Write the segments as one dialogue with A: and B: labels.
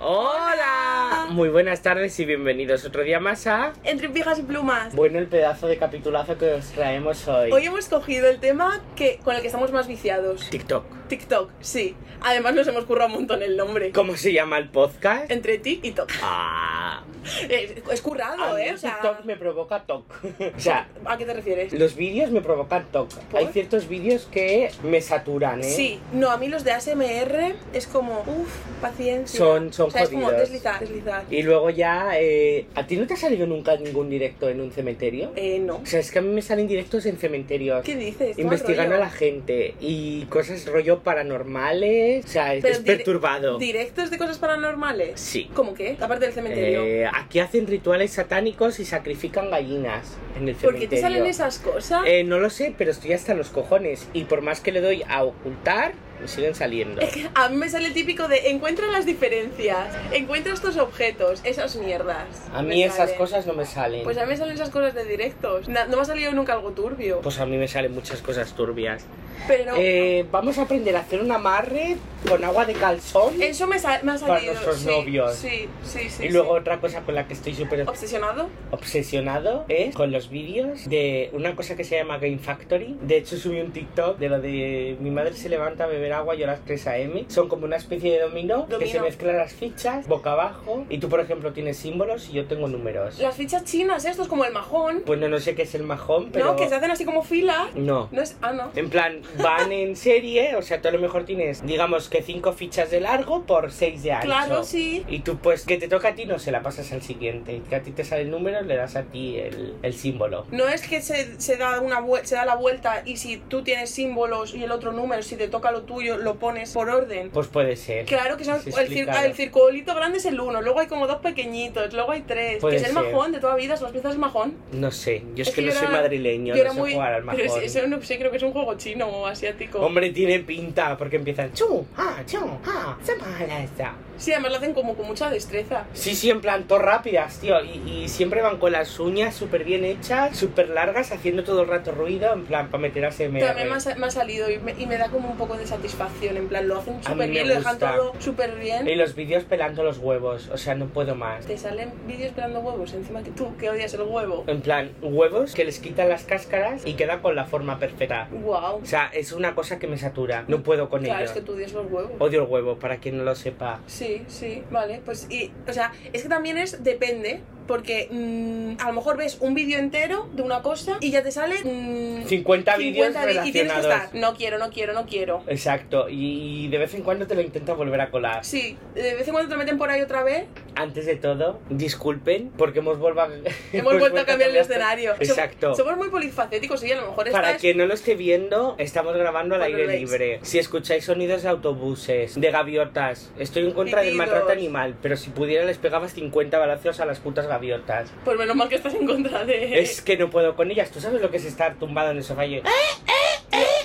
A: Hola. Muy buenas tardes y bienvenidos otro día más a...
B: Entre pijas y plumas.
A: Bueno, el pedazo de capitulazo que os traemos hoy.
B: Hoy hemos cogido el tema que, con el que estamos más viciados.
A: TikTok.
B: TikTok, sí. Además nos hemos currado un montón el nombre.
A: ¿Cómo se llama el podcast?
B: Entre tic y toc.
A: Ah.
B: Es, es currado,
A: A mí
B: ¿eh? O sea,
A: TikTok me provoca TOC. O sea,
B: ¿A qué te refieres?
A: los vídeos me provocan TOC.
B: ¿Por?
A: Hay ciertos vídeos que me saturan, ¿eh?
B: Sí, no, a mí los de ASMR es como, uff, paciencia.
A: Son- son
B: o sea, es como
A: jodidos.
B: deslizar, deslizar.
A: Y luego ya... eh, ¿A ti no te ha salido nunca ningún directo en un cementerio?
B: Eh, no.
A: O sea, es que a mí me salen directos en cementerios.
B: ¿Qué dices? Toma
A: Investigando a la
B: rollo.
A: gente y cosas rollo paranormales. O sea, es,
B: Pero
A: es
B: dire-
A: perturbado.
B: ¿Directos de cosas paranormales?
A: Sí.
B: ¿Cómo qué? Aparte del cementerio.
A: Eh, aquí hacen rituales satánicos y sacrifican gallinas en el
B: ¿Por
A: cementerio.
B: qué te salen esas cosas?
A: Eh, no lo sé, pero estoy hasta los cojones. Y por más que le doy a ocultar, me siguen saliendo.
B: Es que a mí me sale el típico de encuentra las diferencias, encuentra estos objetos, esas mierdas.
A: A
B: Me
A: mí esas
B: salen.
A: cosas no me salen.
B: Pues a mí me salen esas cosas de directos. Na- no me ha salido nunca algo turbio.
A: Pues a mí me salen muchas cosas turbias.
B: pero
A: Eh, vamos a aprender a hacer un amarre con agua de calzón.
B: eso me, sa- me
A: para
B: ha salido.
A: nuestros
B: sí,
A: novios.
B: Sí, sí, sí.
A: y luego
B: sí.
A: otra cosa con la que estoy súper
B: ¿Obsesionado?
A: obsesionado es con los vídeos de una cosa que se llama Game Factory. De hecho, subí un TikTok de lo de mi madre se levanta a beber agua y a las 3 a.m. Son como una especie de dominó, que
B: Dominó.
A: se mezclan las fichas boca abajo. Y tú, por ejemplo, tienes símbolos y yo tengo números.
B: Las fichas chinas, esto es como el majón,
A: Bueno, no sé qué es el majón, Pues, pero.
B: ¿no? Que se hacen así como fila.
A: No.
B: No es. Ah, no.
A: En plan, van en serie, o sea, tú a lo mejor tienes, digamos que 5 fichas de largo por 6 de ancho.
B: Claro, sí.
A: Y tú, pues, que te toca a ti, no se la pasas al siguiente. Que a ti te sale el número, le das a ti el, el símbolo.
B: No es que se, se da una vue- se da la vuelta y si tú tienes símbolos y el otro número, si te toca lo tuyo, lo pones por orden.
A: Pues puede ser.
B: Claro que son
A: Sí,
B: el, cir-
A: explicado.
B: el circulito grande es el uno, luego hay como dos pequeñitos, luego hay tres.
A: Puede
B: que es el
A: ser.
B: majón de toda vida, son las piezas del majón.
A: No sé, yo es, que,
B: yo
A: no
B: era-
A: soy madrileño,
B: yo era
A: no sé
B: muy-
A: jugar al
B: Pero
A: majón.
B: es- eso no sé, creo que es un juego chino o asiático.
A: Hombre, tiene pinta, porque empiezan chu, ah, chu, ah, se mala esta.
B: Sí, además lo hacen como con mucha destreza.
A: Sí, sí, en plan, todo rápidas, tío. Y, y siempre van con las uñas súper bien hechas, súper largas, haciendo todo el rato ruido, en plan, para meter a
B: También me ha, sa- me ha salido y me, y me da como un poco de satisfacción, en plan, lo hacen
A: mí
B: súper
A: me
B: bien, lo dejan
A: gusta.
B: todo súper bien.
A: Y los vídeos pelando los huevos, o sea, no puedo más.
B: Te salen vídeos pelando huevos, encima que tú, que odias el huevo.
A: En plan, huevos que les quitan las cáscaras y queda con la forma perfecta.
B: Wow.
A: O sea, es una cosa que me satura, no puedo con
B: Claro,
A: ello.
B: es que tú odias los huevos.
A: Odio el huevo, para quien no lo sepa.
B: Sí, sí, vale. Pues, y, o sea, es que también es, depende, porque mm, a lo mejor ves un vídeo entero de una cosa y ya te sale mm,
A: 50 vídeos
B: 50 vi- y tienes que
A: relacionados.
B: estar, no quiero, no quiero, no quiero.
A: Exacto, y de vez en cuando te lo intentas volver a colar.
B: Sí, de vez en cuando te meten por ahí otra vez,
A: Antes de todo, disculpen porque hemos, vuelva- pues,
B: hemos vuelto a cambiar el
A: to-
B: escenario. Som-
A: Exacto.
B: Somos muy polifacéticos y a lo mejor esta
A: Para
B: es-
A: quien no lo esté viendo, estamos grabando al
B: Cuando
A: aire
B: veis.
A: libre. Si escucháis sonidos de autobuses, de gaviotas, estoy en contra del
B: Pitidos.
A: maltrato animal, pero si pudiera les pegabas 50 balazos a las putas gaviotas.
B: Pues menos mal que estás en contra de...
A: Es que no puedo con ellas. ¿Tú sabes lo que es estar tumbado en el sofá
B: Eh.
A: y-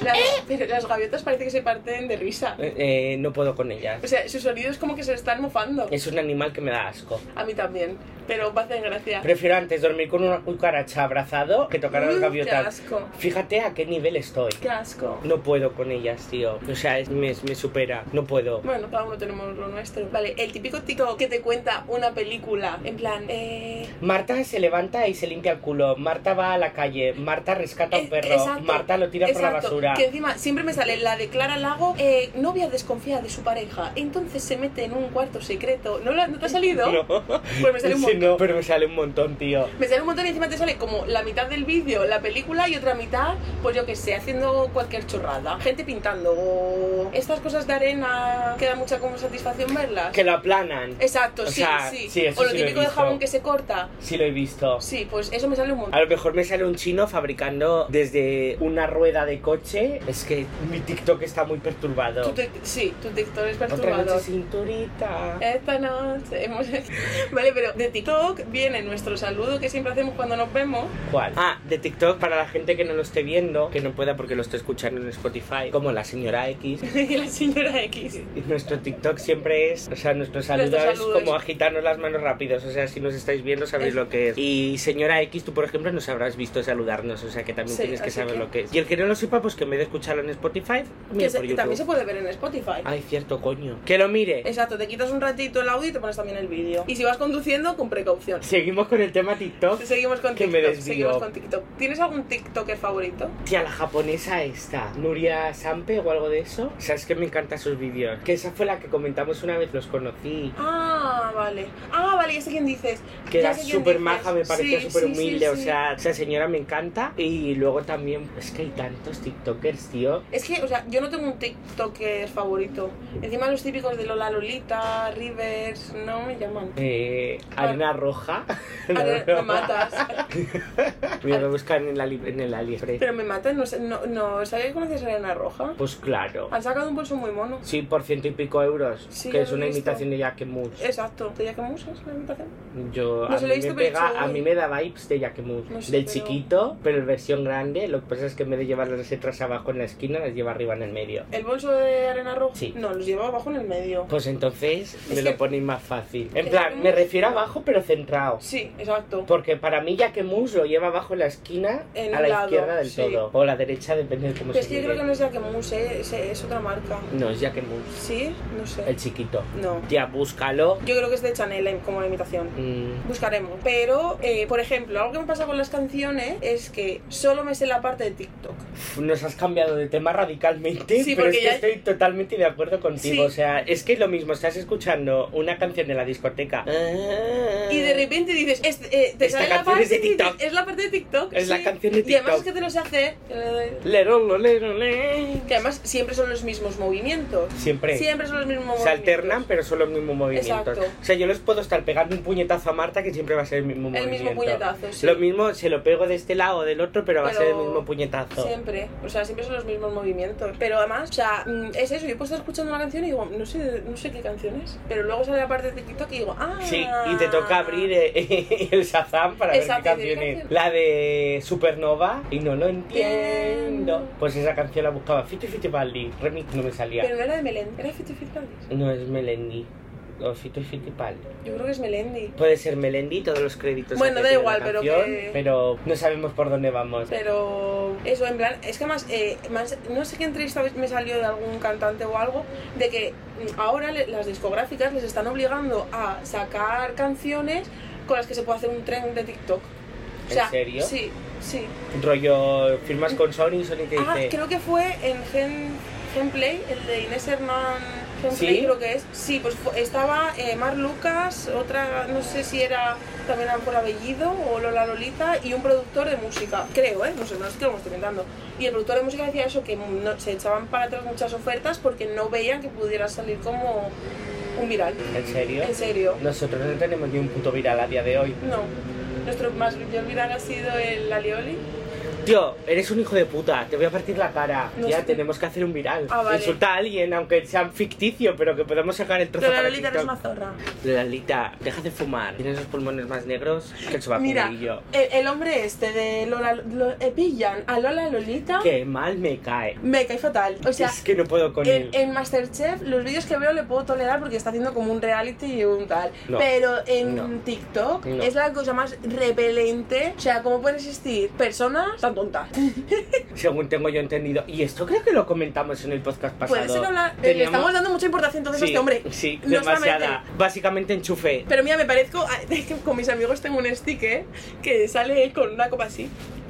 B: Las- pero las gaviotas parece que se parten de risa.
A: Eh, eh, no puedo con ellas.
B: O sea, sus sonidos como que se están mofando.
A: Es un animal que me da asco.
B: A mí también, pero me hacen gracia.
A: Prefiero antes dormir con una cucaracha abrazado que tocar a las
B: Mm,
A: gaviotas.
B: Qué asco.
A: Fíjate a qué nivel estoy.
B: Qué asco.
A: No puedo con ellas, tío. O sea, es- me, me supera. No puedo.
B: Bueno, cada uno tenemos lo nuestro. Vale, el típico tico que te cuenta una película, en plan, eh...
A: Marta se levanta y se limpia el culo. Marta va a la calle. Marta rescata a un
B: Eh,
A: perro.
B: exacto,
A: Marta lo tira por la
B: exacto,
A: basura.
B: Que encima siempre me sale la de Clara Lago, eh, novia desconfía de su pareja, entonces se mete en un cuarto secreto. ¿No, la- no te ha salido?
A: No.
B: Pues me sale un
A: Ese
B: montón.
A: no, pero me sale un montón, tío.
B: Me sale un montón y encima te sale como la mitad del vídeo, la película y otra mitad, pues yo que sé, haciendo cualquier chorrada. Gente pintando o estas cosas de arena que da mucha como satisfacción verlas.
A: Que lo aplanan.
B: Exacto,
A: O
B: sí,
A: sea,
B: sí.
A: sí, eso
B: o lo
A: sí lo he
B: típico de
A: visto.
B: jabón que se corta.
A: Sí lo he visto.
B: Sí, pues eso me sale un montón.
A: A lo mejor me sale un chino fabricando desde una rueda de coche. Es que mi TikTok está muy perturbado.
B: Tu tic- sí, tu TikTok es
A: Otra
B: perturbador. Eh,
A: noche cinturita.
B: Esta noche hemos... Vale, pero de TikTok viene nuestro saludo que siempre hacemos cuando nos vemos.
A: ¿Cuál? Ah, de TikTok para la gente que no lo esté viendo, que no pueda porque lo esté escuchando en Spotify, como la señora X.
B: y la señora X.
A: Y nuestro TikTok siempre es, o sea, nuestro saludo
B: Nuestro
A: es
B: saludo
A: como
B: es-
A: agitarnos las manos rápidos. O sea, si nos estáis viendo sabéis
B: Es-
A: lo que es. Y señora X, tú por ejemplo nos habrás visto saludarnos, o sea que también
B: Sí,
A: tienes que
B: así
A: saber
B: que-
A: lo que es. Y el que no lo sepa, pues que en vez de escucharlo en Spotify, mire
B: Que se-
A: por
B: que
A: YouTube. Ah,
B: también se puede ver en Spotify.
A: Ay, cierto, coño. Que lo mire.
B: Exacto, te quitas un ratito el audio y te pones también el vídeo. Y si vas conduciendo, con precaución. Pues
A: Seguimos con el tema TikTok.
B: Seguimos con
A: Que
B: TikTok.
A: me desvío.
B: seguimos con TikTok. ¿Tienes algún TikToker favorito?
A: Tía, la japonesa esta, Nuria Sampe o algo de eso. Sabes que me encantan sus vídeos. Que esa fue la que comentamos una vez, los conocí.
B: Ah, vale. Ah, vale, ya sé quién dices.
A: Que
B: Ya
A: era
B: sé quién
A: súper
B: dices.
A: maja, me parecía
B: Sí,
A: súper
B: sí, sí,
A: humilde.
B: sí.
A: O sea, esa señora me encanta. Y luego también, es que hay tantos TikTokers, tío.
B: Es que, o sea, yo no tengo un TikToker favorito. Encima los típicos de Lola Lolita, Rivers, no me llaman.
A: Eh, arena roja.
B: A ver, me matas.
A: Mira, lo buscan en, la, li- en el AliExpress.
B: Pero me matan, no sé, no, no ¿sabía que conoces a Elena Roja?
A: Pues claro.
B: Han sacado un bolso muy mono.
A: Sí, por ciento y pico euros.
B: Sí,
A: que
B: ya
A: es
B: lo he
A: una
B: visto.
A: imitación de Jacquemus.
B: Exacto. ¿Te que musas la invitación?
A: Yo,
B: No
A: a,
B: se
A: mí
B: lo he
A: me
B: visto, pero
A: pega-
B: yo-
A: a mí me da vibes de Jacquemus.
B: No sé,
A: del
B: pero-
A: chiquito, pero en versión grande. Lo que pasa es que en vez de llevar las letras abajo en la esquina, las lleva arriba en el medio.
B: ¿El bolso de Elena Roja?
A: Sí.
B: No, los lleva abajo en el medio.
A: Pues entonces me
B: Es
A: lo
B: que-
A: ponéis más fácil. En
B: que
A: plan,
B: Jacquemus-
A: me refiero abajo, pero centrado.
B: Sí, exacto.
A: Porque para mí Jacquemus lo lleva abajo en la esquina,
B: En
A: a
B: un
A: la
B: lado,
A: izquierda del
B: sí.
A: todo. O la derecha, depende de cómo
B: Pero es
A: se
B: que yo
A: mire.
B: creo que no es Jacquemus, eh, es, es otra marca.
A: No, es Jacquemus.
B: ¿Sí? No sé.
A: El chiquito.
B: No.
A: Ya, búscalo.
B: Yo creo que es de Chanel la- como la imitación.
A: Mm,
B: Buscaremos. Pero, eh, por ejemplo, algo que me pasa con las canciones es que solo me sé la parte de TikTok.
A: pf, nos has cambiado de tema radicalmente,
B: Sí,
A: pero es
B: porque
A: que
B: ya-
A: estoy totalmente de acuerdo contigo.
B: Sí.
A: O sea, es que es lo mismo, estás escuchando una canción de la discoteca.
B: Ah. Y de repente dices, es- eh, te
A: Esta
B: sale la
A: canción
B: parte
A: es de
B: y dices,
A: TikTok.
B: es la parte de TikTok.
A: Es la
B: sí.
A: canción de
B: Y además es
A: TikTok.
B: que te lo sé hacer. eh,
A: Lerolo, lerole.
B: Que además siempre son los mismos movimientos.
A: Siempre.
B: Siempre son los mismos movimientos.
A: Se alternan, pero son los mismos movimientos.
B: Exacto.
A: O sea, yo les puedo estar pegando un puñetazo a Marta que siempre va a ser el mismo
B: El
A: movimiento.
B: mismo puñetazo, sí.
A: Lo mismo, se lo pego de este lado o del otro, pero, va a ser el
B: Pero
A: mismo puñetazo.
B: Siempre, o sea, siempre son los mismos movimientos. Pero además, o sea, mm, es eso, yo puedo estar escuchando una canción y digo, no sé, no sé qué canción es. Pero luego sale la parte de TikTok y digo, ah.
A: Sí, y te toca abrir eh, el Shazam para
B: Exacto,
A: ver qué
B: ¿qué
A: canción es.
B: canción?
A: La de Supernova, y no lo entiendo. Pues esa canción la buscaba Fito y Fitipaldi, remix no me salía.
B: Pero no era de Melendi, era Fito y Fitipaldis.
A: No es Melendi, o Fito y Fitipaldi.
B: Yo creo que es Melendi.
A: Puede ser Melendi, todos los créditos.
B: Bueno,
A: que
B: da
A: tiene la
B: igual, pero
A: canción,
B: que-
A: Pero no sabemos por dónde vamos.
B: Pero eso, en plan, es que además, eh, más- no sé qué entrevista me salió de algún cantante o algo, de que mm, ahora le- las discográficas les están obligando a sacar canciones con las que se puede hacer un tren de TikTok.
A: ¿En serio?
B: Sí, sí.
A: Rollo, firmas con Sony, Sony te
B: Ah,
A: dice...
B: creo que fue en Gen, Genplay, el de Inés Hernán. Genplay
A: ¿Sí?
B: creo que es. Sí, pues fu- estaba eh, Mar Lucas, otra, no sé si era también por apellido o Lola Lolita, y un productor de música. Creo, ¿eh? No sé, no es que lo estoy inventando. Y el productor de música decía eso, que no- se echaban para atrás muchas ofertas porque no veían que pudiera salir como un viral.
A: ¿En serio?
B: En serio.
A: Nosotros no tenemos ni un puto viral a día de hoy.
B: No. Nuestro más mayor viral ha sido el Alioli.
A: Tío, eres un hijo de puta, te voy a partir la cara.
B: No
A: ya
B: sé.
A: tenemos que hacer un viral.
B: Ah, vale.
A: Insulta a alguien, aunque sea ficticio, pero que podamos sacar el trozo
B: Lola
A: para
B: Lolita eres
A: TikTok.
B: una zorra.
A: Lolalita, deja de fumar. Tienes los pulmones más negros que el sobaco
B: Mira,
A: amarillo.
B: el, el hombre este de Lola, lo- eh, pillan a Lola Lolita,
A: Qué mal me cae.
B: me cae fatal. O sea, eh,
A: es que no puedo con él.
B: en, en Masterchef los vídeos que veo le puedo tolerar porque está haciendo como un reality y un tal.
A: No.
B: Pero en
A: No.
B: TikTok
A: No.
B: es la cosa más repelente. O sea, ¿cómo pueden existir personas tan tontas?
A: Según tengo yo entendido. Y esto creo que lo comentamos en el podcast pasado.
B: Puede ser Lola- eh, Le
A: Teníamos-
B: estamos dando mucha importancia entonces
A: sí,
B: a este hombre.
A: Sí,
B: No
A: demasiada.
B: solamente-
A: Básicamente enchufe.
B: Pero mira, me parezco. a- es que con mis amigos tengo un sticker que sale él con una copa así.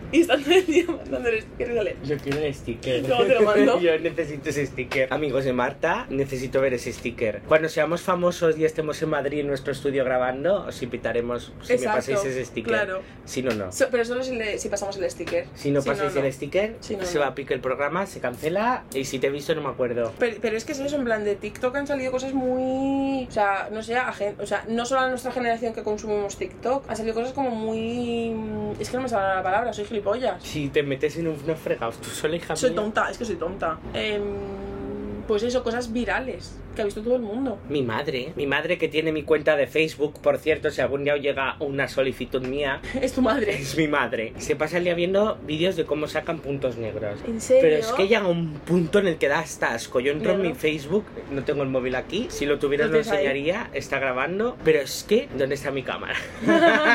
B: Y están todo el día mandando el sticker y sale.
A: Yo quiero el sticker.
B: Luego te lo mando.
A: Yo necesito ese sticker. Amigos de Marta, necesito ver ese sticker. Cuando seamos famosos y estemos en Madrid en nuestro estudio grabando, os invitaremos Pues si me
B: Exacto,
A: pasáis ese sticker.
B: Claro.
A: Si no, no.
B: So- pero solo si, le- si pasamos el sticker.
A: Si no pasáis
B: no.
A: el sticker,
B: Si no,
A: se
B: no.
A: va a pique el programa, se cancela y si te he visto no me acuerdo.
B: Pero, pero es que es eso, en plan de TikTok han salido cosas muy. O sea, no sé, a gen- o sea, no solo a nuestra generación que consumimos TikTok, han salido cosas como muy. mm, Es que no me sale la palabra, soy gilipollas.
A: Si te metes en unos fregados, tú sola hija
B: Soy
A: mía.
B: tonta, es que soy tonta. Em, Pues eso, cosas virales que ha visto todo el mundo.
A: Mi madre, mi madre que tiene mi cuenta de Facebook, por cierto, si algún día os llega una solicitud mía,
B: Es tu madre.
A: es mi madre. Se pasa el día viendo vídeos de cómo sacan puntos negros.
B: ¿En serio?
A: Pero es que llega un punto en el que da hasta asco. Yo entro en
B: Mira.
A: mi Facebook, no tengo el móvil aquí, si lo tuviera
B: Lo
A: lo
B: tienes ahí.
A: enseñaría, está grabando, pero es que, ¿dónde está mi cámara?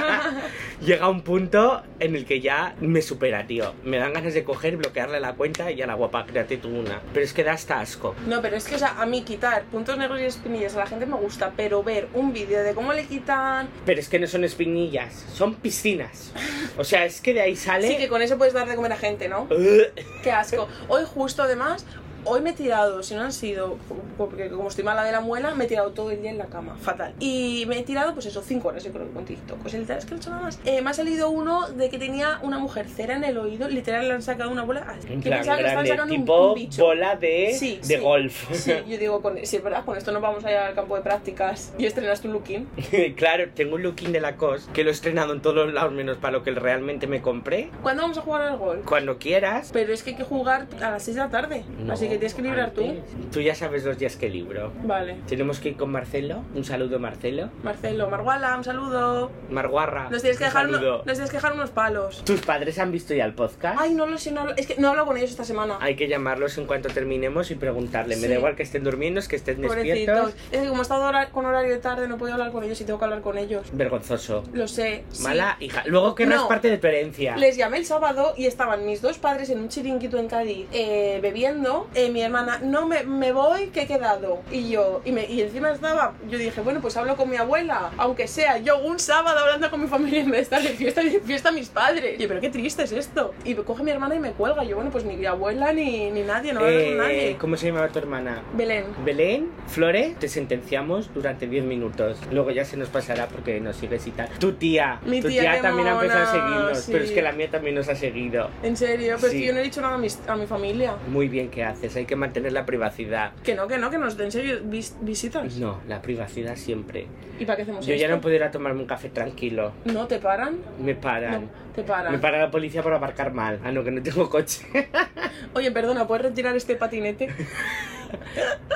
A: llega un punto en el que ya me supera, tío. Me dan ganas de coger, bloquearle la cuenta y a la guapa, créate tú una. Pero es que da hasta asco.
B: No, pero es que, o sea, a mí quitar puntos negros y espinillas a la gente me gusta, pero ver un vídeo de cómo le quitan...
A: Pero es que no son espinillas, son piscinas. O sea, es que de ahí sale...
B: Sí, que con eso puedes dar de comer a gente, ¿no?
A: Ugh.
B: Qué asco. Hoy justo, además, hoy me he tirado, si no han sido, porque como estoy mala de la muela, me he tirado todo el día en la cama, fatal. Y me he tirado, pues eso, cinco horas, yo creo que con TikTok. Pues el es que no he hecho nada más. Eh, me ha salido uno de que tenía una mujer cera en el oído, literal le han sacado una bola. así,
A: En
B: que
A: plan
B: pensaba que le estaban
A: grande,
B: sacando un-
A: tipo
B: un bicho.
A: bola de,
B: Sí,
A: de
B: sí.
A: golf.
B: Sí, yo digo, con, sí, es verdad, con esto nos vamos a ir al campo de prácticas y estrenas tu looking.
A: claro, tengo un looking de Lacoste que lo he estrenado en todos los lados menos para lo que realmente me compré.
B: ¿Cuándo vamos a jugar al gol?
A: Cuando quieras.
B: Pero es que hay que jugar a las 6 de la tarde,
A: No,
B: así que tienes que librar tú.
A: antes. Tú ya sabes los días que libro.
B: Vale.
A: Tenemos que ir con Marcelo. Un saludo, Marcelo.
B: Marcelo, Marguala, un saludo.
A: Marguarra.
B: Nos tienes que,
A: Ah, un
B: dejar uno-
A: saludo.
B: nos tienes que dejar unos palos.
A: ¿Tus padres han visto ya el podcast?
B: Ay, no lo sé, no, lo- es que no he hablado con ellos esta semana.
A: Hay que llamarlos en cuanto terminemos y preguntarle. Me
B: Sí.
A: da igual que estén durmiendo, es que estén
B: Pobrecitos.
A: despiertos.
B: Es que como he estado hora- con horario de tarde no he podido hablar con ellos y tengo que hablar con ellos.
A: Vergonzoso.
B: Lo sé. sí.
A: Mala hija. Luego querrás
B: No.
A: parte de tu herencia.
B: Les llamé el sábado y estaban mis dos padres en un chiringuito en Cádiz eh, bebiendo. Eh, mi hermana, no me, me voy, que he quedado. Y yo, y, me, y encima estaba, yo dije, bueno, pues hablo con mi abuela, aunque sea yo un sábado hablando con mi familia en vez de estar de fiesta, de fiesta a mis padres. Y yo, pero qué triste es esto. Y me coge mi hermana y me cuelga. Y yo, bueno, pues ni mi abuela ni, ni nadie, no hablo
A: Eh,
B: con nadie.
A: ¿Cómo se llamaba tu hermana?
B: Belén.
A: Belén, Flores, te sentenciamos durante 10 minutos. Luego ya se nos pasará porque nos sigues y tal. Tu tía,
B: Mi
A: tu
B: tía,
A: tía,
B: qué
A: también ha empezado a
B: mona,
A: seguirnos,
B: sí.
A: pero es que la mía también nos ha seguido.
B: En serio, pero es
A: Sí.
B: que yo no he dicho nada a mis- a mi familia.
A: Muy bien que haces, hay que mantener la privacidad.
B: Que no, que no, que nos den serio vis- visitas.
A: No, la privacidad siempre.
B: ¿Y para qué hacemos
A: Yo ya
B: esto?
A: no puedo ir a tomarme un café tranquilo.
B: ¿No te paran?
A: Me paran.
B: No, te paran.
A: Me para la policía por aparcar mal. Ah, no, que no tengo coche.
B: Oye, perdona, ¿puedes retirar este patinete?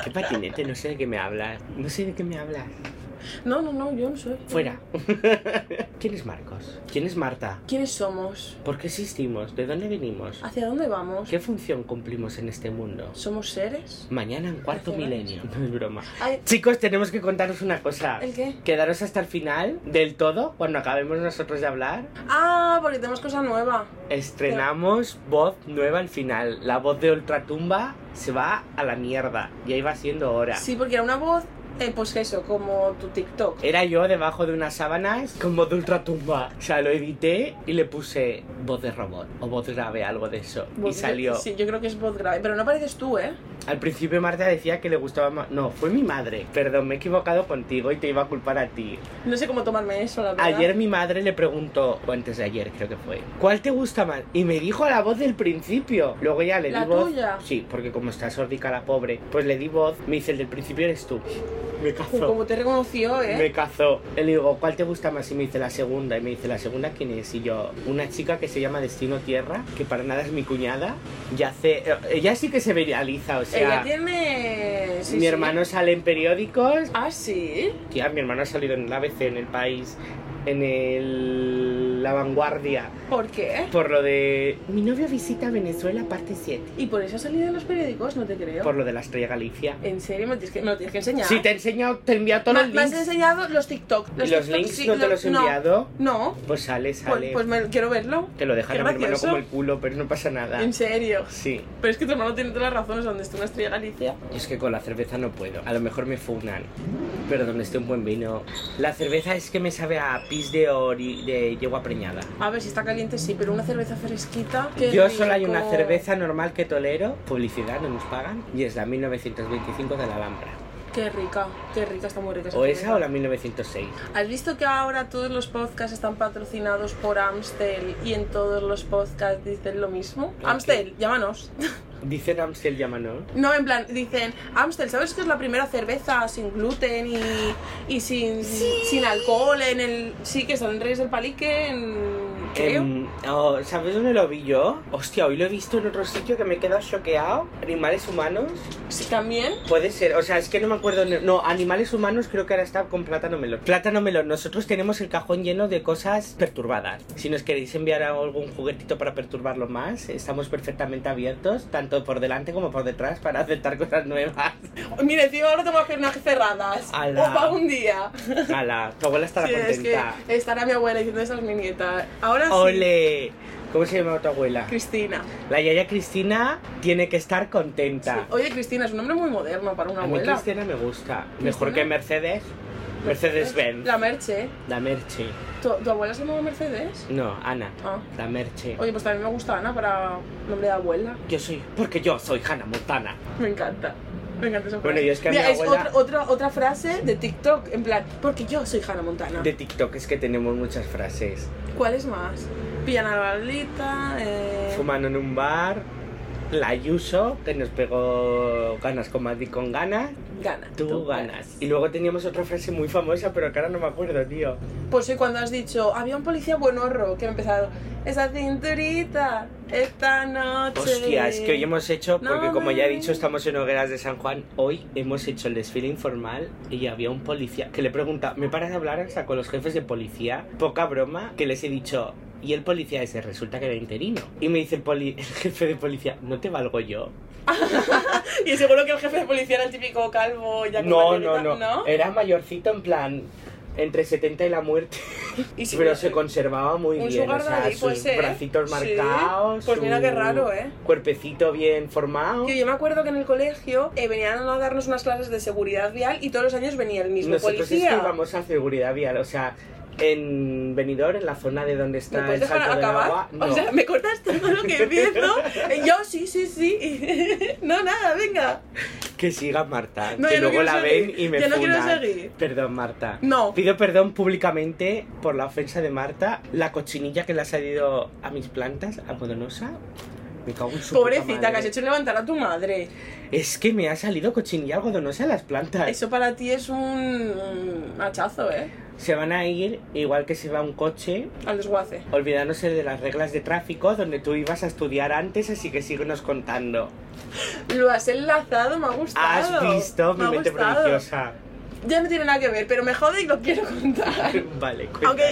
A: ¿Qué patinete? No sé de qué me hablas. No sé de qué me hablas.
B: No, no, no, yo no soy.
A: Fuera. ¿Quién es Marcos? ¿Quién es Marta?
B: ¿Quiénes somos?
A: ¿Por qué existimos? ¿De dónde venimos?
B: ¿Hacia dónde vamos?
A: ¿Qué función cumplimos en este mundo?
B: ¿Somos seres?
A: Mañana en cuarto
B: Gracias.
A: milenio. No es broma.
B: Ay,
A: Chicos, tenemos que contaros una cosa.
B: ¿El qué?
A: Quedaros hasta el final del todo, cuando acabemos nosotros de hablar.
B: ah, porque tenemos cosa nueva.
A: Estrenamos voz nueva al final. La voz de Ultratumba se va a la mierda. Y ahí va siendo hora.
B: Sí, porque era una voz, eh, pues eso, como tu TikTok.
A: Era yo debajo de unas sábanas con voz de ultratumba. O sea, lo edité y le puse voz de robot o voz grave, algo de eso.
B: Voz-
A: y salió.
B: Sí, yo creo que es voz grave, pero no pareces tú, ¿eh?
A: Al principio Marta decía que le gustaba más... No, fue mi madre. Perdón, me he equivocado contigo y te iba a culpar a ti.
B: No sé cómo tomarme eso, la verdad.
A: Ayer mi madre le preguntó, o antes de ayer creo que fue, ¿cuál te gusta más? Y me dijo a la voz del principio. Luego ya le
B: ¿La
A: di voz.
B: tuya?
A: Sí, porque como está sordica la pobre, pues le di voz. Me dice, el del principio eres tú. Me
B: Uy,
A: cazó.
B: Como te reconoció, ¿eh?
A: Me cazó. Y Le digo, ¿cuál te gusta más? Y me dice la segunda. Y me dice, ¿la segunda quién es? Y yo, una chica que se llama Destino Tierra, que para nada es mi cuñada. Y hace. Ella sí que se viraliza, o
B: Ella
A: sea.
B: tiene... sí,
A: mi
B: sí.
A: hermano sale en periódicos.
B: Ah, sí.
A: Tía, mi hermano ha salido en el ABC, en el país, en el. La vanguardia.
B: ¿Por qué?
A: Por lo de. Mi novio visita Venezuela, parte 7.
B: ¿Y por eso ha salido en los periódicos? No te creo.
A: Por lo de la estrella Galicia.
B: ¿En serio? ¿Me, tienes que- me lo tienes que enseñar?
A: Si te he enseñado, te he enviado todos
B: Ma-
A: los
B: me has
A: links.
B: enseñado los TikTok.
A: ¿Y Los,
B: TikTok
A: links
B: sí,
A: no te los he enviado.
B: No,
A: Pues sale, sale.
B: pues, pues me- quiero verlo.
A: Te lo dejan
B: Qué
A: a mi hermano
B: gracioso.
A: como el culo, pero no pasa nada.
B: En serio.
A: Sí.
B: Pero es que tu hermano tiene todas las razones donde está una estrella Galicia.
A: Yo es que con la cerveza no puedo. A lo mejor me funan. Pero donde esté un buen vino. La cerveza es que me sabe a pis de ori de yegua preñada.
B: A ver si está caliente, sí, pero una cerveza fresquita. qué
A: Yo solo hay
B: rico.
A: una cerveza normal que tolero, publicidad, no nos pagan, y es la 1925 de la Alhambra.
B: Qué rica, qué rica, está muy rica.
A: O esa o
B: cerveza.
A: la 1906.
B: ¿Has visto que ahora todos los podcasts están patrocinados por Amstel y en todos los podcasts dicen lo mismo?
A: Ok.
B: Amstel, llámanos.
A: Dicen Amstel Llamanor.
B: No, en plan, dicen, Amstel, ¿sabes que es la primera cerveza sin gluten y, y sin, sin alcohol en el... Sí, que son en Reyes del Palique, en Creo.
A: Em, oh, ¿Sabes dónde lo vi yo? Hostia, hoy lo he visto en otro sitio que me he quedado choqueado. Animales humanos.
B: Sí, también.
A: Puede ser, o sea, es que no me acuerdo. No, animales humanos creo que ahora está con plátano melón. Plátano melón, nosotros tenemos el cajón lleno de cosas perturbadas. Si nos queréis enviar algún juguetito para perturbarlo más, estamos perfectamente abiertos, tanto por delante como por detrás, para aceptar cosas nuevas.
B: Mira, encima ahora tengo piernas cerradas.
A: Ala.
B: O para un día.
A: Ala, tu abuela estará
B: Sí, es que
A: contenta.
B: estará mi abuela diciendo esa es mi nieta. Ahora sí.
A: ¡Ole! ¿Cómo se llama tu abuela?
B: Cristina.
A: La yaya Cristina tiene que estar contenta.
B: Oye, Cristina, es un nombre muy moderno para una
A: A mí
B: abuela.
A: Cristina me gusta. Mejor
B: Cristina.
A: que Mercedes. Mercedes-Benz.
B: La Merche.
A: La Merche.
B: ¿Tu, tu abuela se llamaba Mercedes?
A: No, Ana.
B: Ah.
A: La Merche.
B: Oye, pues también me gusta Ana para nombre de abuela.
A: Yo soy, porque yo soy Hannah Montana.
B: Me encanta. Me encanta esa frase.
A: Bueno, yo es que a
B: Mira,
A: mi
B: es
A: abuela-
B: otra, otra, otra frase de TikTok, en plan, porque yo soy Hannah Montana.
A: De TikTok es que tenemos muchas frases.
B: ¿Cuál es más? Pillan a la Lolita, eh...
A: Fumando en un bar, la Yuso, que nos pegó ganas con Madrid con ganas,
B: Gana.
A: tú, ganas. Y luego teníamos otra frase muy famosa, pero que ahora no me acuerdo, tío.
B: Pues hoy cuando has dicho, había un policía buenorro que ha empezado, esa cinturita, esta noche.
A: Hostia, es que hoy hemos hecho,
B: No
A: porque como
B: me-
A: ya he dicho, estamos en Hogueras de San Juan, hoy hemos hecho el desfile informal y había un policía que le pregunta, me paras de hablar hasta con los jefes de policía, poca broma, que les he dicho, y el policía ese resulta que era interino. Y me dice el, poli- el jefe de policía, ¿no te valgo yo?
B: Y seguro que el jefe de policía era el típico calvo, ya con
A: No, no,
B: barriguita,
A: no, Eh, Era mayorcito en plan... Entre 70 y la muerte,
B: Y si-
A: pero se conservaba muy
B: Un
A: bien.
B: sugar
A: o sea,
B: daddy,
A: sus
B: pues, ¿eh?
A: bracitos
B: Sí.
A: marcados.
B: Pues mira
A: su
B: qué raro, ¿eh?
A: Cuerpecito bien formado.
B: Tío, yo me acuerdo que en el colegio eh, venían a darnos unas clases de seguridad vial y todos los años venía el mismo
A: Nosotros es
B: policía.
A: que íbamos a seguridad vial, o sea, en Benidorm, en la zona de donde
B: ¿Me
A: está
B: puedes
A: el
B: dejar
A: salto del agua,
B: acabar?
A: no.
B: O sea, me cortas todo lo que empiezo. Yo sí, sí, sí. No, nada, venga.
A: que siga Marta,
B: No,
A: que
B: yo no
A: luego
B: quiero
A: la
B: seguir.
A: ven y me
B: Yo no quiero
A: funan.
B: seguir.
A: Perdón, Marta.
B: No.
A: Pido perdón públicamente por la ofensa de Marta, la cochinilla que le ha salido a mis plantas, a Podonosa. Me cago en su puta
B: Pobrecita,
A: madre.
B: que has hecho levantar a tu madre.
A: Es que me ha salido cochinilla algodonosa en las plantas.
B: Eso para ti es un hachazo, ¿eh?
A: Se van a ir, igual que se va un coche,
B: Al desguace.
A: olvidándose de las reglas de tráfico, donde tú ibas a estudiar antes, así que síguenos contando.
B: Lo has enlazado, me ha gustado.
A: Has visto mi
B: Me ha
A: mente
B: gustado.
A: prodigiosa.
B: Ya no tiene nada que ver, pero me jode y lo quiero contar.
A: Vale, cuéntalo.
B: Aunque,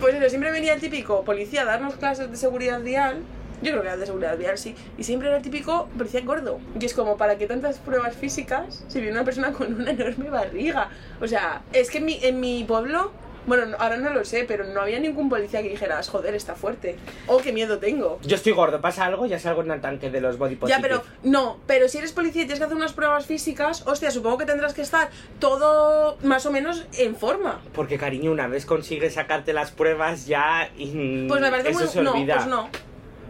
B: pues eso, siempre venía el típico policía a darnos clases de seguridad vial. Yo creo que era de seguridad vial, sí. Y siempre era el típico policía gordo. Y es como, ¿para qué tantas pruebas físicas si viene una persona con una enorme barriga? O sea, es que en mi, en mi pueblo, bueno, no- ahora no lo sé, pero no había ningún policía que dijeras, joder, está fuerte. O qué miedo tengo.
A: Yo estoy gordo, pasa algo, ya salgo en el tanque de los body
B: Ya,
A: positive.
B: pero no, pero si eres policía y tienes que hacer unas pruebas físicas, hostia, supongo que tendrás que estar todo más o menos en forma.
A: Porque cariño, una vez consigues sacarte las pruebas ya y mm,
B: Pues me parece
A: eso
B: muy...
A: se
B: no,
A: olvida.
B: pues no.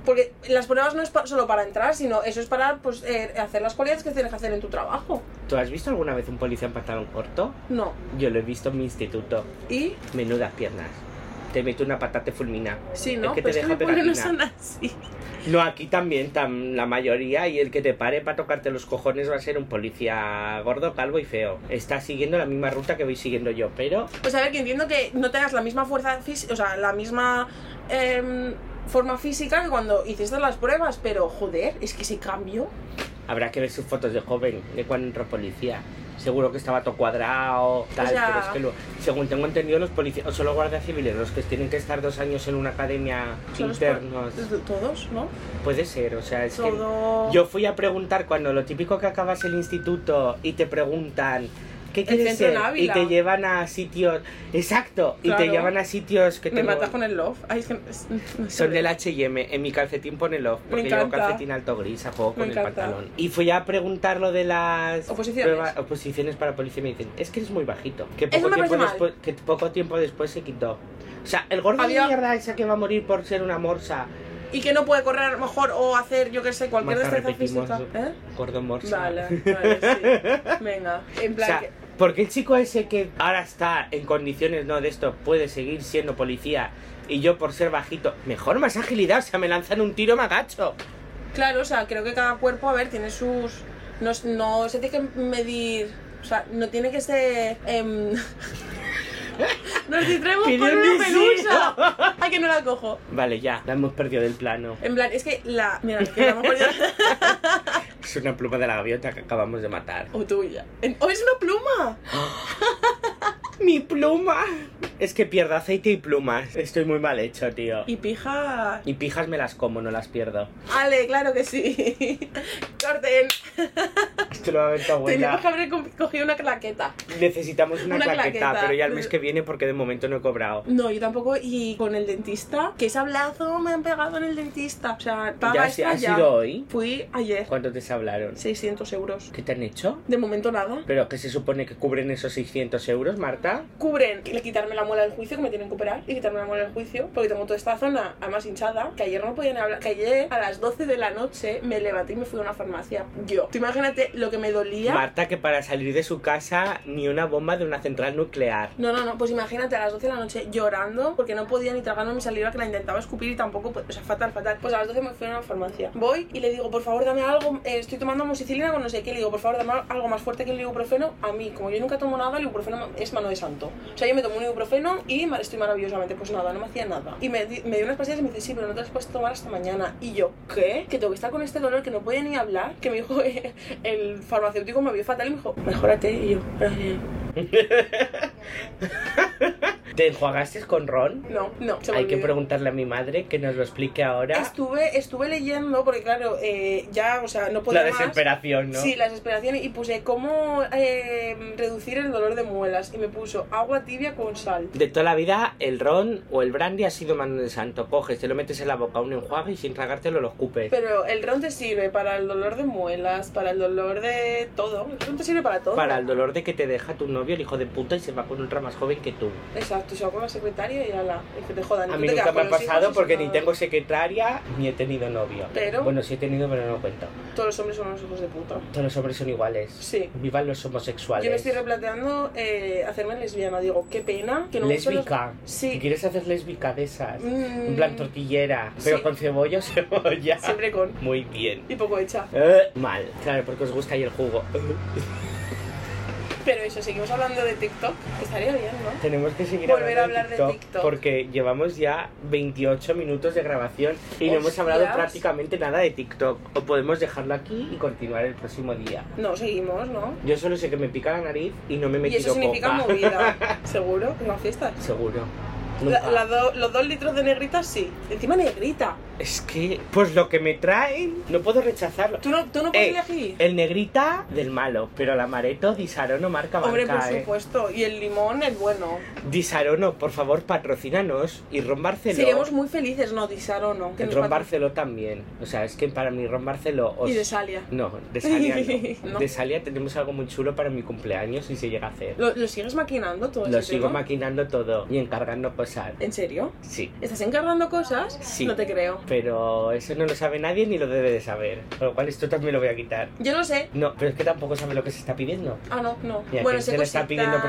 B: Porque las pruebas no es pa- solo para entrar, sino eso es para pues, eh, hacer las cualidades que tienes que hacer en tu trabajo.
A: ¿Tú has visto alguna vez un policía en pantalón corto?
B: No.
A: Yo lo he visto en mi instituto.
B: Y
A: Menudas piernas. Te mete una patata te fulmina.
B: sí,
A: El
B: ¿no?
A: que te
B: pero es
A: deja
B: que mi pueblo no son
A: pegatina.
B: así.
A: No, aquí también, tam- la mayoría, y el que te pare para tocarte los cojones va a ser un policía gordo, calvo y feo. Está siguiendo la misma ruta que voy siguiendo yo, pero
B: Pues a ver, que entiendo que no tengas la misma fuerza física, o sea, la misma em, forma física que cuando hiciste las pruebas, pero joder, es que si cambio...
A: Habrá que ver sus fotos de joven, de cuando entró policía. Seguro que estaba todo cuadrado, tal,
B: sea-
A: pero es que lo- según tengo entendido, los policías, o solo guardias civiles, los que tienen que estar dos años en una academia
B: son los pa-
A: internos,
B: Pues, Todos, ¿no?
A: puede ser, o sea, es que...
B: Todo...
A: Yo fui a preguntar cuando lo típico que acabas el instituto y te preguntan qué quieres
B: centro en
A: ser y
B: Ávila.
A: te llevan a sitios, exacto, y
B: Claro.
A: te llevan a sitios que
B: Me
A: tengo-
B: matas con el love. Ay, es que... es- no sé.
A: son del H&M, en mi calcetín pone love, porque llevo
B: encanta.
A: calcetín alto gris, a juego
B: Me
A: con el
B: encanta.
A: pantalón. Y fui a preguntar lo de las
B: Oposiciones.
A: pruebas- oposiciones para policía y me dicen, es que eres muy bajito. Que
B: Eso
A: poco,
B: me
A: tiempo
B: parece mal.
A: después, que poco tiempo después se quitó. O sea, el gordo
B: Había-
A: de mierda ese que va a morir por ser una morsa,
B: Y que no puede correr a lo mejor o hacer, yo qué sé, cualquier
A: Marta,
B: destreza
A: repetimos.
B: física. ¿Eh?
A: gordo morsa.
B: Vale, vale, sí. Venga. En
A: O
B: plan,
A: sea,
B: que-
A: porque el chico ese que ahora está en condiciones no de esto puede seguir siendo policía y yo por ser bajito, mejor más agilidad, o sea, me lanzan un tiro, me agacho.
B: claro, o sea, creo que cada cuerpo, a ver, tiene sus. No, no se tiene que medir. O sea, no tiene que ser. em, Nos distraemos con
A: Pidió
B: una
A: un sí.
B: pelusa. Ay, que no la cojo.
A: Vale, ya, la hemos perdido del plano.
B: En plan, es que la. Mira, que la hemos perdido.
A: Es una pluma de la gaviota que acabamos de matar.
B: O tuya. En- ¡Oh, es una pluma!
A: ¡Mi pluma! Es que pierdo aceite y plumas. Estoy muy mal hecho, tío.
B: Y pija.
A: Y pijas me las como, no las pierdo.
B: Ale, claro que sí. Corten.
A: Esto lo va a ver tu
B: Teníamos que
A: abuela.
B: haber co- cogido una claqueta.
A: Necesitamos una,
B: Una
A: claqueta,
B: claqueta.
A: pero ya el mes que viene porque de momento no he cobrado.
B: No, yo tampoco. Y con el dentista, que ese ablazo me han pegado en el dentista. O sea, paga
A: ¿Ya
B: extra
A: ha
B: ya.
A: sido hoy?
B: Fui ayer.
A: ¿Cuánto te se hablaron?
B: 600 euros.
A: ¿Qué te han hecho?
B: De momento nada.
A: ¿Pero que se supone que cubren esos 600 euros, Marta?
B: Cubren le quitarme la muela del juicio, que me tienen que operar, y quitarme la muela del juicio, porque tengo toda esta zona además hinchada, que ayer no podían hablar, que ayer a las 12 de la noche me levanté y me fui a una farmacia. Yo. Tú imagínate lo que me dolía.
A: Marta que para salir de su casa ni una bomba de una central nuclear.
B: No, no, no, pues imagínate a las 12 de la noche llorando porque no podía ni tragarme mi saliva que la intentaba escupir y tampoco, pues, o sea, fatal, fatal. Pues a las 12 me fui a una farmacia. Voy y le digo, por favor, dame algo, eh, estoy tomando amoxicilina con no sé qué, le digo, por favor, dame algo más fuerte que el ibuprofeno. A mí, como yo nunca tomo nada, el ibuprofeno es mano de santo. O sea, yo me tomo un ibuprofeno y ma- estoy maravillosamente, pues nada, no me hacía nada. Y me, di- me dio unas pastillas y me dice, sí, pero no te las puedes tomar hasta mañana. Y yo, ¿qué? Que tengo que estar con este dolor, que no podía ni hablar, que me dijo, eh, el farmacéutico me vio fatal y me dijo, mejórate. Y yo, "Eh,
A: ¿Te enjuagaste con ron?
B: no, no, se me
A: Hay que
B: olvidó".
A: preguntarle a mi madre que nos lo explique ahora.
B: Estuve, estuve leyendo, porque claro, eh, ya, o sea, no podía
A: La
B: más.
A: desesperación, ¿no?
B: Sí, la desesperación y puse cómo eh, reducir el dolor de muelas y me puso agua tibia con sal.
A: De toda la vida, el ron o el brandy ha sido mano de santo. Coges, te lo metes en la boca, un enjuague y sin tragártelo lo escupes.
B: Pero el ron te sirve para el dolor de muelas, para el dolor de todo. El ron te sirve para todo.
A: Para el dolor de que te deja tu novio, el hijo de puta, y se va con otra más joven que tú.
B: Exacto, se va con la secretaria y ala, y que te jodan.
A: A
B: Tú
A: mí
B: te
A: nunca
B: quedas
A: me
B: con
A: ha
B: los hijos
A: pasado
B: y
A: porque
B: sin
A: ni
B: nada.
A: tengo secretaria ni he tenido novio.
B: Pero-
A: Bueno, sí he tenido, pero no cuento.
B: Todos los hombres son unos hijos de puta.
A: Todos los hombres son iguales.
B: Sí.
A: Vivan los homosexuales.
B: Yo me estoy replanteando eh, hacerme lesbiana. Digo, qué pena que no me gustan los-
A: Lésbica.
B: Sí.
A: ¿Te ¿Quieres hacer lésbica de esas?
B: Mm.
A: En plan tortillera, pero
B: Sí.
A: con cebolla o cebolla.
B: Siempre con.
A: Muy bien.
B: Y poco hecha.
A: Eh, mal, claro, porque os gusta ahí el jugo.
B: Pero eso, seguimos hablando de TikTok. Estaría bien, ¿no?
A: Tenemos que seguir
B: Volver a
A: hablando
B: hablar de TikTok.
A: porque llevamos ya 28 minutos de grabación y no hemos
B: Hostias.
A: hablado prácticamente nada de TikTok. O podemos dejarlo aquí y continuar el próximo día.
B: No, seguimos, ¿no?
A: Yo solo sé que me pica la nariz y no me he
B: Y
A: metido
B: eso significa
A: coca.
B: movida. ¿Seguro? ¿Una fiesta?
A: Seguro.
B: La-
A: Nunca.
B: la do- los dos litros de negrita sí. Encima negrita.
A: Es que, pues lo que me traen, no puedo rechazarlo.
B: ¿Tú no, tú no puedes
A: Eh,
B: elegir?
A: El negrita del malo, pero la amaretto di Sarono marca
B: Hombre, por
A: marca, eh.
B: supuesto. Y el limón, el bueno.
A: Di Sarono, por favor, patrocínanos y Ron Barceló.
B: Seríamos muy felices, ¿no? Disar o no. Que nos
A: Ron
B: patro-
A: Barceló también. O sea, es que para mí Ron Barceló os-
B: Y de Salia.
A: No, de Salia no.
B: No.
A: De Salia tenemos algo muy chulo para mi cumpleaños si se llega a hacer.
B: ¿Lo, lo sigues maquinando todo
A: Lo
B: ese
A: sigo
B: tema?
A: maquinando todo y encargando cosas.
B: ¿En serio?
A: Sí.
B: ¿Estás encargando cosas?
A: Sí.
B: No te creo.
A: Pero eso no lo sabe nadie ni lo debe de saber. Con lo cual esto también lo voy a quitar.
B: Yo no sé.
A: No, pero es que tampoco sabe lo que se está pidiendo.
B: Ah, no, no.
A: Ni a
B: bueno,
A: quién
B: sé
A: se le está
B: cositas.
A: pidiendo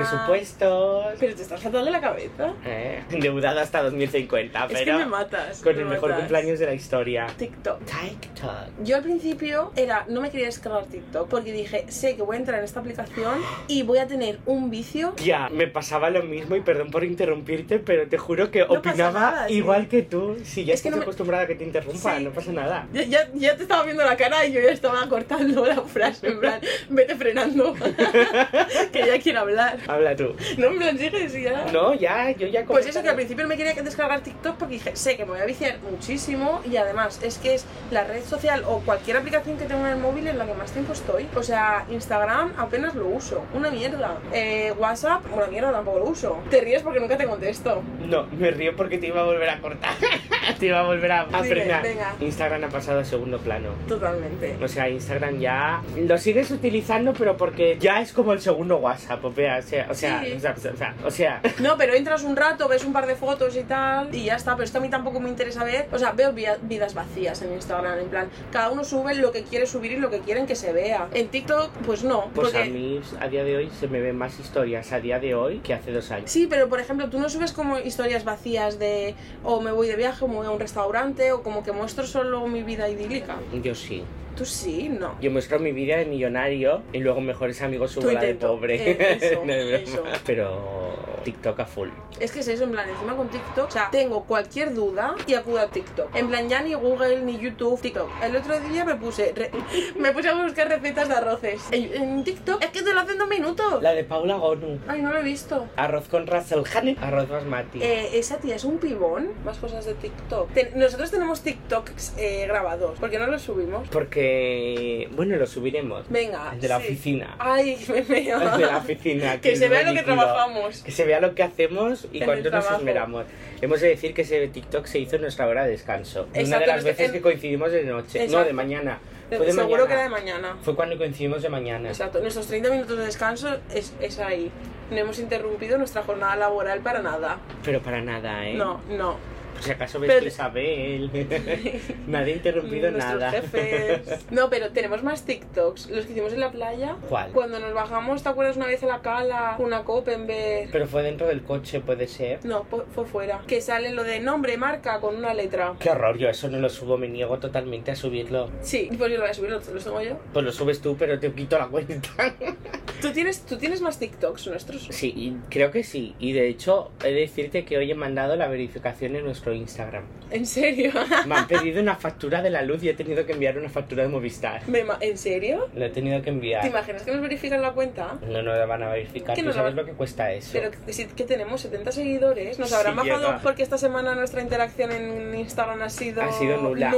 A: presupuestos.
B: Pero te estás fatal de la cabeza.
A: Eh, endeudado hasta 2050,
B: Es que
A: pero
B: me matas.
A: con
B: me
A: el mejor
B: matas.
A: cumpleaños de la historia.
B: TikTok.
A: TikTok.
B: Yo al principio era, no me quería descargar TikTok porque dije, sé que voy a entrar en esta aplicación y voy a tener un vicio.
A: Ya, me pasaba lo mismo y perdón por interrumpirte, pero te juro que
B: No pasa
A: opinaba
B: nada, sí.
A: igual que tú. Si ya
B: Es que
A: estás
B: no me-
A: acostumbrada a que te interrumpa,
B: Sí.
A: no pasa nada.
B: Ya, ya, ya te estaba viendo la cara y yo ya estaba cortando la frase, en plan, vete frenando, que ya quiero hablar.
A: Habla tú.
B: No, en plan, sigues y ya.
A: No, ya, yo ya
B: Pues eso, que
A: comentaré.
B: al principio no me quería descargar TikTok porque dije, sé que me voy a viciar muchísimo y además es que es la red social o cualquier aplicación que tengo en el móvil en la que más tiempo estoy. O sea, Instagram apenas lo uso, una mierda. Eh, WhatsApp, una mierda, tampoco lo uso. Te ríes porque nunca te contesto.
A: No, me río porque te iba a volver a cortar. te iba a volver a, a
B: Dime,
A: frenar.
B: venga.
A: Instagram ha pasado a segundo plano.
B: Totalmente.
A: O sea, Instagram ya lo sigues utilizando, pero porque ya es como el segundo WhatsApp. O sea, o sea, o sea,
B: Sí.
A: o sea, o sea, o sea, pues
B: No, pero entras un rato, ves un par de fotos y tal, y ya está. Pero esto a mí tampoco me interesa ver. O sea, veo vi- vidas vacías en Instagram, en plan, cada uno sube lo que quiere subir y lo que quieren que se vea. En TikTok, pues no.
A: pues
B: porque...
A: a mí a día de hoy se me ven más historias a día de hoy que hace dos años.
B: Sí, pero por ejemplo, tú no subes como historias vacías de o me voy de viaje o me voy a un restaurante o como que muestro solo mi vida idílica.
A: Yo sí.
B: Tú sí, no.
A: Yo muestro mi vida de millonario y luego mejores amigos su
B: Tú
A: boda de
B: intento.
A: pobre.
B: Eh, eso,
A: No es broma.
B: eso.
A: Pero TikTok a full.
B: Es que es eso, en plan, encima con TikTok, o sea, tengo cualquier duda y acudo a TikTok. En plan, ya ni Google, ni YouTube, TikTok. El otro día me puse, re- me puse a buscar recetas de arroces. En, en TikTok, es que te lo hacen dos minutos.
A: La de Paula Gonu.
B: Ay, no lo he visto.
A: Arroz con Russell Honey. Arroz basmati.
B: Eh, esa tía es un pibón. Más cosas de TikTok. Ten- nosotros tenemos TikToks eh, grabados, porque no los subimos.
A: Porque, bueno, lo subiremos.
B: Venga.
A: El de la
B: sí.
A: oficina.
B: Ay, me meo.
A: El de la oficina.
B: que se
A: es
B: vea lo que
A: ridículo.
B: trabajamos.
A: Que se vea lo que hacemos y
B: En el
A: cuánto nos
B: trabajo.
A: esmeramos. Hemos de decir que ese TikTok se hizo en nuestra hora de descanso. Una
B: Exacto,
A: de las
B: nuestra-
A: veces
B: en-
A: que coincidimos de noche. No,
B: Exacto.
A: de mañana. Fue de
B: Seguro
A: mañana.
B: que era de mañana.
A: Fue cuando coincidimos de mañana.
B: Exacto, nuestros 30 minutos de descanso es, es ahí. No hemos interrumpido nuestra jornada laboral para nada.
A: Pero para nada, ¿eh?
B: No, no.
A: Por si acaso ves
B: Pero-
A: que Isabel. Nadie ha interrumpido
B: Nuestros
A: nada.
B: jefes. No, pero tenemos más TikToks. Los que hicimos en la playa.
A: ¿Cuál?
B: Cuando nos bajamos, ¿te acuerdas una vez a la cala? Una copa en ver.
A: Pero fue dentro del coche, puede ser.
B: No, po- fue fuera. Que sale lo de nombre, marca con una letra.
A: Qué horror, yo eso no lo subo, me niego totalmente a subirlo.
B: Sí, pues yo lo voy a subir, los los tengo yo.
A: Pues lo subes tú, pero te quito la cuenta.
B: ¿Tú tienes, tú tienes más TikToks nuestros?
A: Sí, y creo que sí. Y de hecho, he de decirte que hoy he mandado la verificación en nuestro Instagram.
B: ¿En serio?
A: Me han pedido una factura de la luz y he tenido que enviar una factura de Movistar.
B: Me ma- ¿En serio?
A: Lo he tenido que
B: ¿Te
A: enviar.
B: imaginas que nos verifican la cuenta?
A: No, no la van a verificar.
B: ¿Qué
A: ¿Tú
B: nos
A: sabes
B: van-
A: lo que cuesta eso?
B: Pero que, si- que tenemos 70 seguidores, nos
A: Sí,
B: habrán bajado
A: llega.
B: porque esta semana nuestra interacción en Instagram ha sido,
A: Ha sido nula.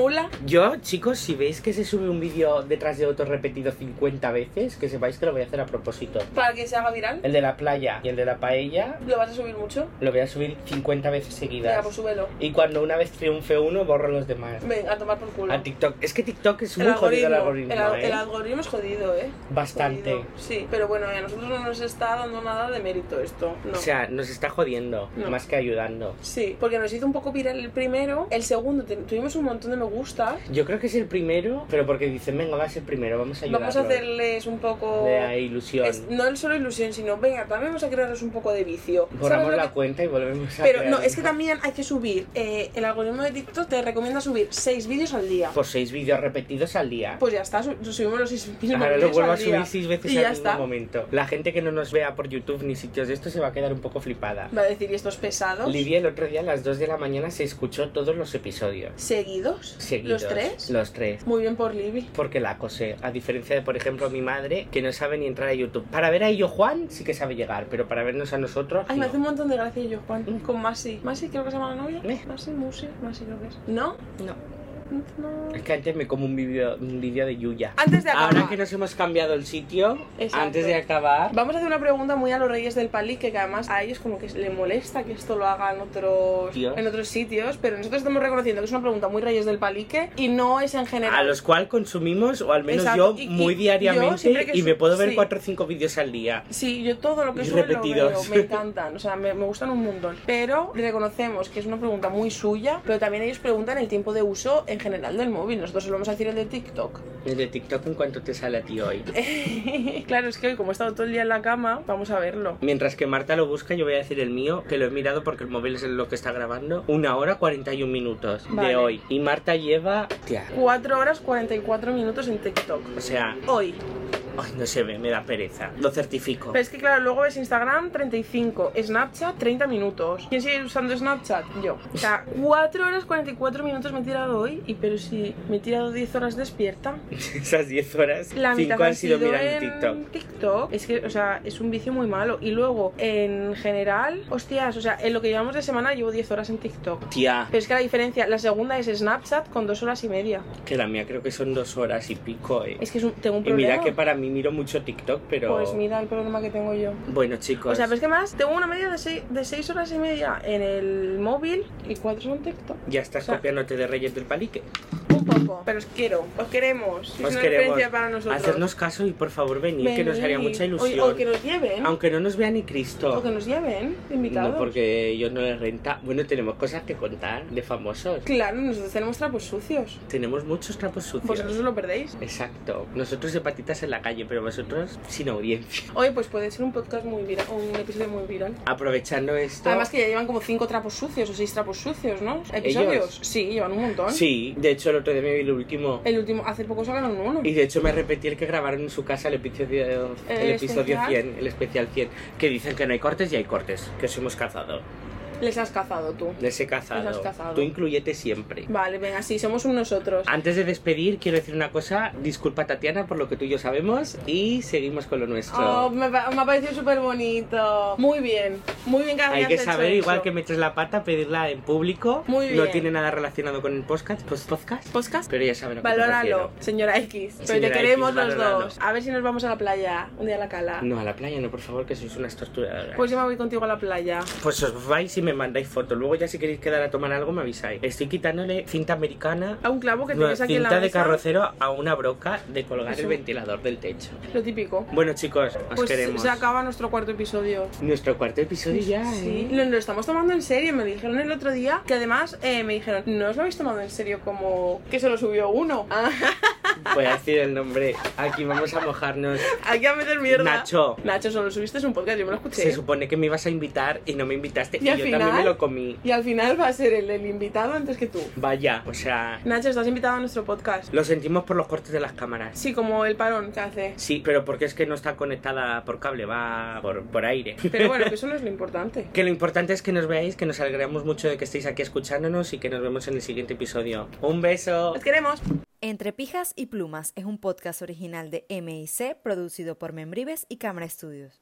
A: Yo, chicos, si veis que se sube un vídeo detrás de otro repetido 50 veces, que sepáis que lo voy a hacer a propósito.
B: para que se haga viral.
A: El de la playa y el de la paella
B: ¿Lo vas a subir mucho?
A: lo voy a subir 50 veces
B: Venga,
A: seguidas.
B: pues súbelo.
A: Y cuando una vez triunfe uno, borro los demás.
B: Venga, a tomar por culo.
A: A TikTok. Es que TikTok es muy jodido el algoritmo,
B: el al-
A: ¿eh?
B: el algoritmo es jodido, ¿eh?
A: Bastante.
B: Jodido. Sí, pero bueno, a nosotros no nos está dando nada de mérito esto. No.
A: O sea, nos está jodiendo,
B: No.
A: más que ayudando.
B: sí, porque nos hizo un poco viral el primero, el segundo te- tuvimos un montón de me gusta.
A: Yo creo que es el primero, pero porque dicen, venga, va a ser primero, vamos a ayudar.
B: Vamos a hacerles un poco...
A: De ilusión.
B: es- no solo ilusión, sino, venga, también vamos a crearles un poco de vicio. ¿Sabes
A: Borramos
B: lo
A: la
B: que-
A: cuenta y volvemos a
B: Pero
A: crear
B: no,
A: un-
B: es que también hay que subir. eh, el algoritmo de TikTok te recomienda subir 6 vídeos al día.
A: Por seis vídeos repetidos al día.
B: Pues ya está, su- subimos los 6 vídeos
A: Ahora lo vuelvo a
B: al día.
A: subir seis veces
B: Y
A: en
B: ya
A: algún
B: está.
A: momento. La gente que no nos vea por YouTube ni sitios de esto se va a quedar un poco flipada.
B: Va a decir, ¿y estos pesados?
A: Lidia el otro día a las 2 de la mañana se escuchó todos los episodios.
B: ¿Seguidos?
A: Seguidos.
B: ¿Los tres?
A: Los tres.
B: Muy bien por Libby.
A: Porque la acosé. A diferencia de, por ejemplo, mi madre, que no sabe ni entrar a YouTube. Para ver a ello Juan sí que sabe llegar, pero para vernos a nosotros.
B: Ay, me
A: no.
B: hace un montón de gracia yo, Juan.
A: Mm.
B: Con Masi. Masi, creo que se llama la novia.
A: Eh.
B: Masi, Musi, Masi creo que es. ¿No?
A: No.
B: No.
A: Es que antes me como un vídeo un vídeo de Yuya.
B: Antes de acabar.
A: Ahora que nos hemos cambiado el sitio,
B: Exacto.
A: antes de acabar,
B: Vamos a hacer una pregunta muy a los Reyes del Palí, que además a ellos como que le molesta que esto lo hagan otros,
A: Tío.
B: en otros sitios, pero nosotros estamos reconociendo que es una pregunta muy Reyes del Palique y no es en general.
A: a los cual consumimos, o al menos
B: Exacto.
A: yo,
B: Y- y
A: muy
B: yo siempre
A: diariamente,
B: que
A: y
B: su-
A: me puedo ver
B: sí.
A: 4 o 5 vídeos al día.
B: Sí, yo todo lo que
A: Y
B: suben lo
A: repetidos.
B: veo, me encantan, o sea, me, me gustan un montón. Pero reconocemos que es una pregunta muy suya, pero también ellos preguntan el tiempo de uso en general del móvil. Nosotros solemos decir el de TikTok.
A: El de TikTok, ¿en cuánto te sale a ti hoy?
B: claro, es que hoy como he estado todo el día en la cama, vamos a verlo.
A: Mientras que Marta lo busca, yo voy a decir el mío, que lo he mirado porque el móvil es lo que está grabando. Una hora 41 minutos de
B: Vale.
A: hoy. Y Marta lleva. Tía,
B: 4 horas 44 minutos en TikTok.
A: o sea,
B: Hoy.
A: ay, no se ve, me da pereza. Lo certifico.
B: Pero es que claro, luego ves Instagram 35, Snapchat 30 minutos. ¿Quién sigue usando Snapchat? Yo. O sea, 4 horas 44 minutos me he tirado hoy, y pero si me he tirado 10 horas despierta,
A: Esas 10 horas,
B: la
A: 5
B: mitad
A: han
B: han
A: sido mirar en
B: en
A: TikTok.
B: TikTok. Es que, o sea, es un vicio muy malo. Y luego, en general, hostias, o sea, en lo que llevamos de semana llevo 10 horas en TikTok.
A: Tía,
B: Pero es que la diferencia, la segunda es Snapchat con 2 horas y media.
A: que la mía creo que son dos horas y pico, eh.
B: Es que es un- tengo un
A: Y
B: problema.
A: mira que para mí miro mucho TikTok, pero.
B: Pues mira el problema que tengo yo.
A: Bueno, chicos.
B: O sea, pero es que más, tengo una media de 6 de seis horas y media en el móvil y 4 son TikTok.
A: Ya estás
B: o sea-
A: copiándote de Reyes del Palique.
B: Un poco. Pero os quiero, os queremos. Es
A: Os
B: una
A: queremos.
B: referencia para nosotros.
A: Hacernos caso y por favor venid, que nos haría
B: Venid.
A: mucha
B: O-
A: ilusión.
B: O, que nos lleven.
A: Aunque no nos vea ni Cristo.
B: O que nos lleven, de invitados.
A: No, porque ellos no les renta. Bueno, tenemos cosas que contar de famosos.
B: Claro, nosotros tenemos trapos sucios.
A: Tenemos muchos trapos sucios.
B: Vosotros os lo perdéis.
A: Exacto. Nosotros de patitas en la calle, pero vosotros sin audiencia.
B: Oye, pues puede ser un podcast muy viral, un episodio muy viral.
A: Aprovechando esto.
B: Además que ya llevan como cinco trapos sucios o seis trapos sucios, ¿no? ¿Episodios? Sí, llevan un montón.
A: Sí, de hecho el otro día premio y el último.
B: El último, hace poco sacaron uno.
A: Y de hecho me repetí el que grabaron en su casa el episodio, el
B: ¿El
A: episodio
B: especial?
A: 100, el especial 100, que dicen que no hay cortes y hay cortes, que os hemos cazado.
B: Les has cazado tú.
A: Les he
B: Los
A: cazado.
B: has cazado.
A: Tú incluyete siempre.
B: Vale, venga, sí, somos un nosotros.
A: Antes de despedir, quiero decir una cosa. Disculpa, Tatiana, por lo que tú y yo sabemos y seguimos con lo nuestro.
B: Oh, me, pa- me ha parecido súper bonito. Muy bien, muy bien que
A: Hay
B: hayas
A: que
B: hecho
A: saber,
B: eso.
A: igual que metes la pata, pedirla en público.
B: Muy
A: No
B: bien.
A: tiene nada relacionado con el podcast, pues podcast.
B: ¿Podcast?
A: Pero ya saben a qué me
B: Valóralo,
A: refiero.
B: señora X. Pero
A: Señora
B: te queremos
A: X,
B: los
A: valóralo.
B: dos. A ver si nos vamos a la playa, un día a la cala.
A: No, a la playa no, por favor, que sois unas torturadoras.
B: Pues yo me voy contigo a la playa.
A: Pues os vais y me mandáis fotos. Luego ya si queréis quedar a tomar algo me avisáis. Estoy quitándole cinta americana,
B: A un clavo que
A: no,
B: tienes aquí en la
A: cinta
B: mesa.
A: de carrocero a una broca de colgar
B: Eso.
A: el ventilador del techo.
B: Lo típico.
A: Bueno chicos, os
B: pues
A: queremos.
B: se acaba nuestro cuarto episodio.
A: Nuestro cuarto episodio ya,
B: Sí,
A: ¿eh?
B: lo, lo estamos tomando en serio. Me dijeron el otro día que además eh, me dijeron, no os lo habéis tomado en serio como que se lo subió uno. Ah,
A: Voy a decir el nombre. Aquí vamos a mojarnos.
B: aquí a meter mierda.
A: Nacho.
B: Nacho, solo subiste un podcast, yo me lo escuché.
A: Se supone que me ibas a invitar y no me invitaste.
B: Y
A: yo
B: al
A: también
B: final-
A: me lo comí.
B: Y al final va a ser el, el invitado antes que tú.
A: Vaya, o sea,
B: Nacho, estás invitado a nuestro podcast.
A: lo sentimos por los cortes de las cámaras.
B: Sí, como el parón que hace.
A: Sí, pero porque es que no está conectada por cable, va por, por aire.
B: Pero bueno, que eso no es lo importante.
A: Que lo importante es que nos veáis, que nos alegramos mucho de que estéis aquí escuchándonos y que nos vemos en el siguiente episodio. ¡Un beso!
B: ¡Os queremos!
C: Entre Pijas y Plumas es un podcast original de MIC producido por Membrives y Cámara Estudios.